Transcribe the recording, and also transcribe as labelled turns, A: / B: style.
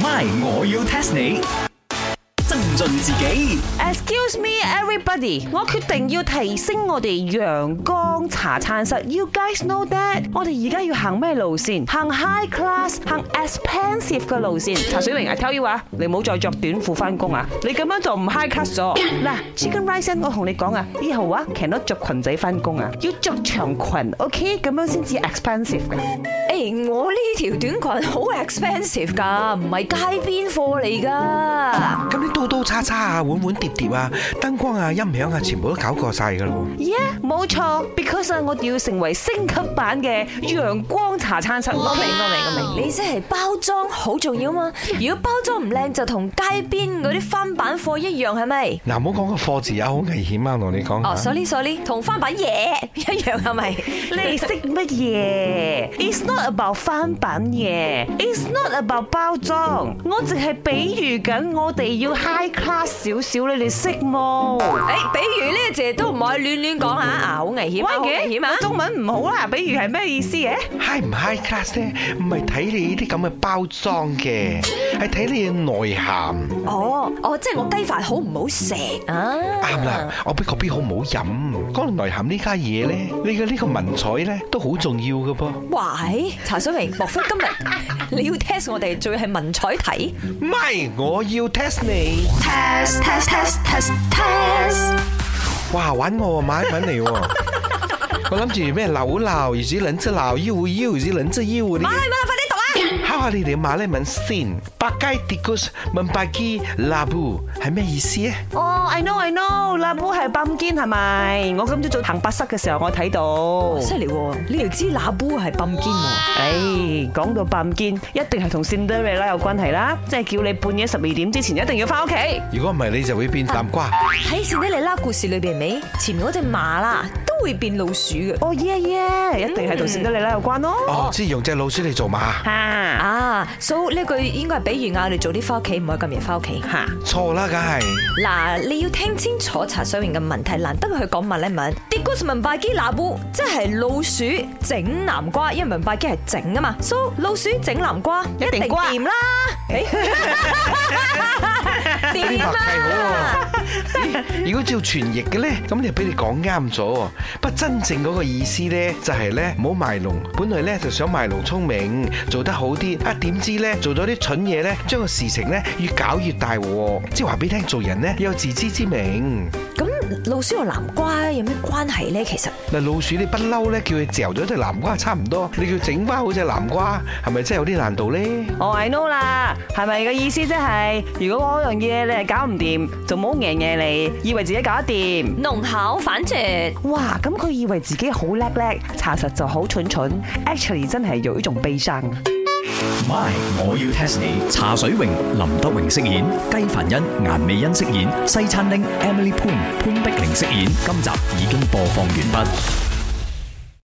A: My，我要 test 你。增進自己
B: Excuse me, everybody！我決定要提升我哋陽光茶餐室。You guys know that？我哋而家要行咩路線？行 high class，行 expensive 嘅路線。茶水榮，I tell you 啊，你唔好再着短褲翻工啊！你咁樣就唔 high class 咗。嗱，Chicken Rice，我同你講啊，以後啊，cannot 着裙仔翻工啊，要着長裙，OK？咁樣先至 expensive 嘅。
C: 誒，我呢條短裙好 expensive 㗎，唔係街邊貨嚟㗎。
D: 咁你刀刀叉叉啊，碗碗碟碟啊，燈光啊、音響啊，全部都搞過晒噶咯。
B: Yeah，冇錯，because 啊我哋要成為升級版嘅陽光茶餐室。
C: 我明我明我明，你即係包裝好重要嘛？如果包裝唔靚，就同街邊嗰啲翻版貨一樣，係咪？
D: 嗱，唔好講個貨字啊，好危險啊！我同你講
C: 哦
D: 下。
C: ，sorry sorry，同翻版嘢 一樣係咪？
B: 你識乜嘢？It's not about 翻版嘢，It's not about 包裝。我淨係比喻緊，我哋要 high class 少少，你哋識冇？
C: 誒，比如呢姐都唔可以亂亂講下啊，好危險啊，好危險啊！
B: 中文唔好啦，比喻係咩意思啊嘅？
D: high 唔 high class 咧，唔係睇你呢啲咁嘅包裝嘅，係睇你嘅內涵。
C: 哦哦，即係我雞飯好唔好食啊？
D: 啱啦，我俾個杯好唔好飲？講到內涵呢家嘢咧，你嘅呢個文采咧都好重要嘅噃。
C: 喂，茶水榮，莫非今日你要 test 我哋最係文采題？
D: 咪，我要 test 你。
E: test test test test test
D: 哇，玩我啊，買粉嚟喎。 我諗住咩扭鬧，如此撚之鬧，腰會腰，如此撚之腰嗰啲
C: 馬。來文快啲讀啊！
D: 敲下你哋嘅馬來文先。百佳 tikus 問百基 labu 係咩意思啊咧？
B: 哦，I know I know，拉布係泵肩係咪？我今朝早行百室嘅時候，我睇到。
C: 犀利喎！呢條支喇叭係冧肩喎，
B: 唉，講到扮堅，一定係同 Cinderella 有關係啦，即係叫你半夜十二點之前一定要翻屋企。
D: 如果唔係你就會變南瓜。
C: 喺《聖德利拉》故事裏邊，尾前面嗰隻馬啦都會變老鼠嘅。
B: 哦耶耶，一定係同 Cinderella 有關咯。
D: 哦，即係用隻老鼠嚟做馬。
B: 嚇
C: 啊，所以呢句應該係比喻嗌我哋早啲翻屋企，唔可以咁夜翻屋企。
B: 嚇，
D: 錯啦，梗係。
C: 嗱，你要聽清楚茶水榮嘅問題，難得佢講馬來文。啲 g u s m a n 拜基拿布，即係老鼠整南瓜，因為文拜基係整啊嘛，所以老鼠整南瓜一定
B: 瓜
C: 掂啦，哎
D: 啲
C: 掂
D: 默契好
C: 啦。
D: 如果照傳譯嘅咧，咁你俾你講啱咗。不過真正嗰個意思咧，就係咧唔好賣弄。本來咧就想賣弄聰明，做得好啲。啊，點知咧做咗啲蠢嘢咧，將個事情咧越搞越大鑊。即係話俾你聽，做人咧要有自知之明。
C: 咁老鼠同南瓜有咩關係咧？其實？
D: 嗱，老鼠你不嬲咧，叫佢嚼咗隻南瓜差唔多，你叫整翻好隻南瓜，係咪真係有啲難度咧？
B: 哦 I know 啦，係咪個意思即係，如果嗰樣嘢你係搞唔掂，就唔好贏嘢你，以為自己搞得掂。
C: 弄巧反拙，
B: 哇！咁佢以為自己好叻叻，查實就好蠢蠢。Actually 真係有一種悲傷。
A: ，My，我要 test 你。茶水榮、林德榮飾演，雞凡欣、顏美欣飾演，西餐廳 Emily Poon 潘碧玲飾演。今集已經播放完畢。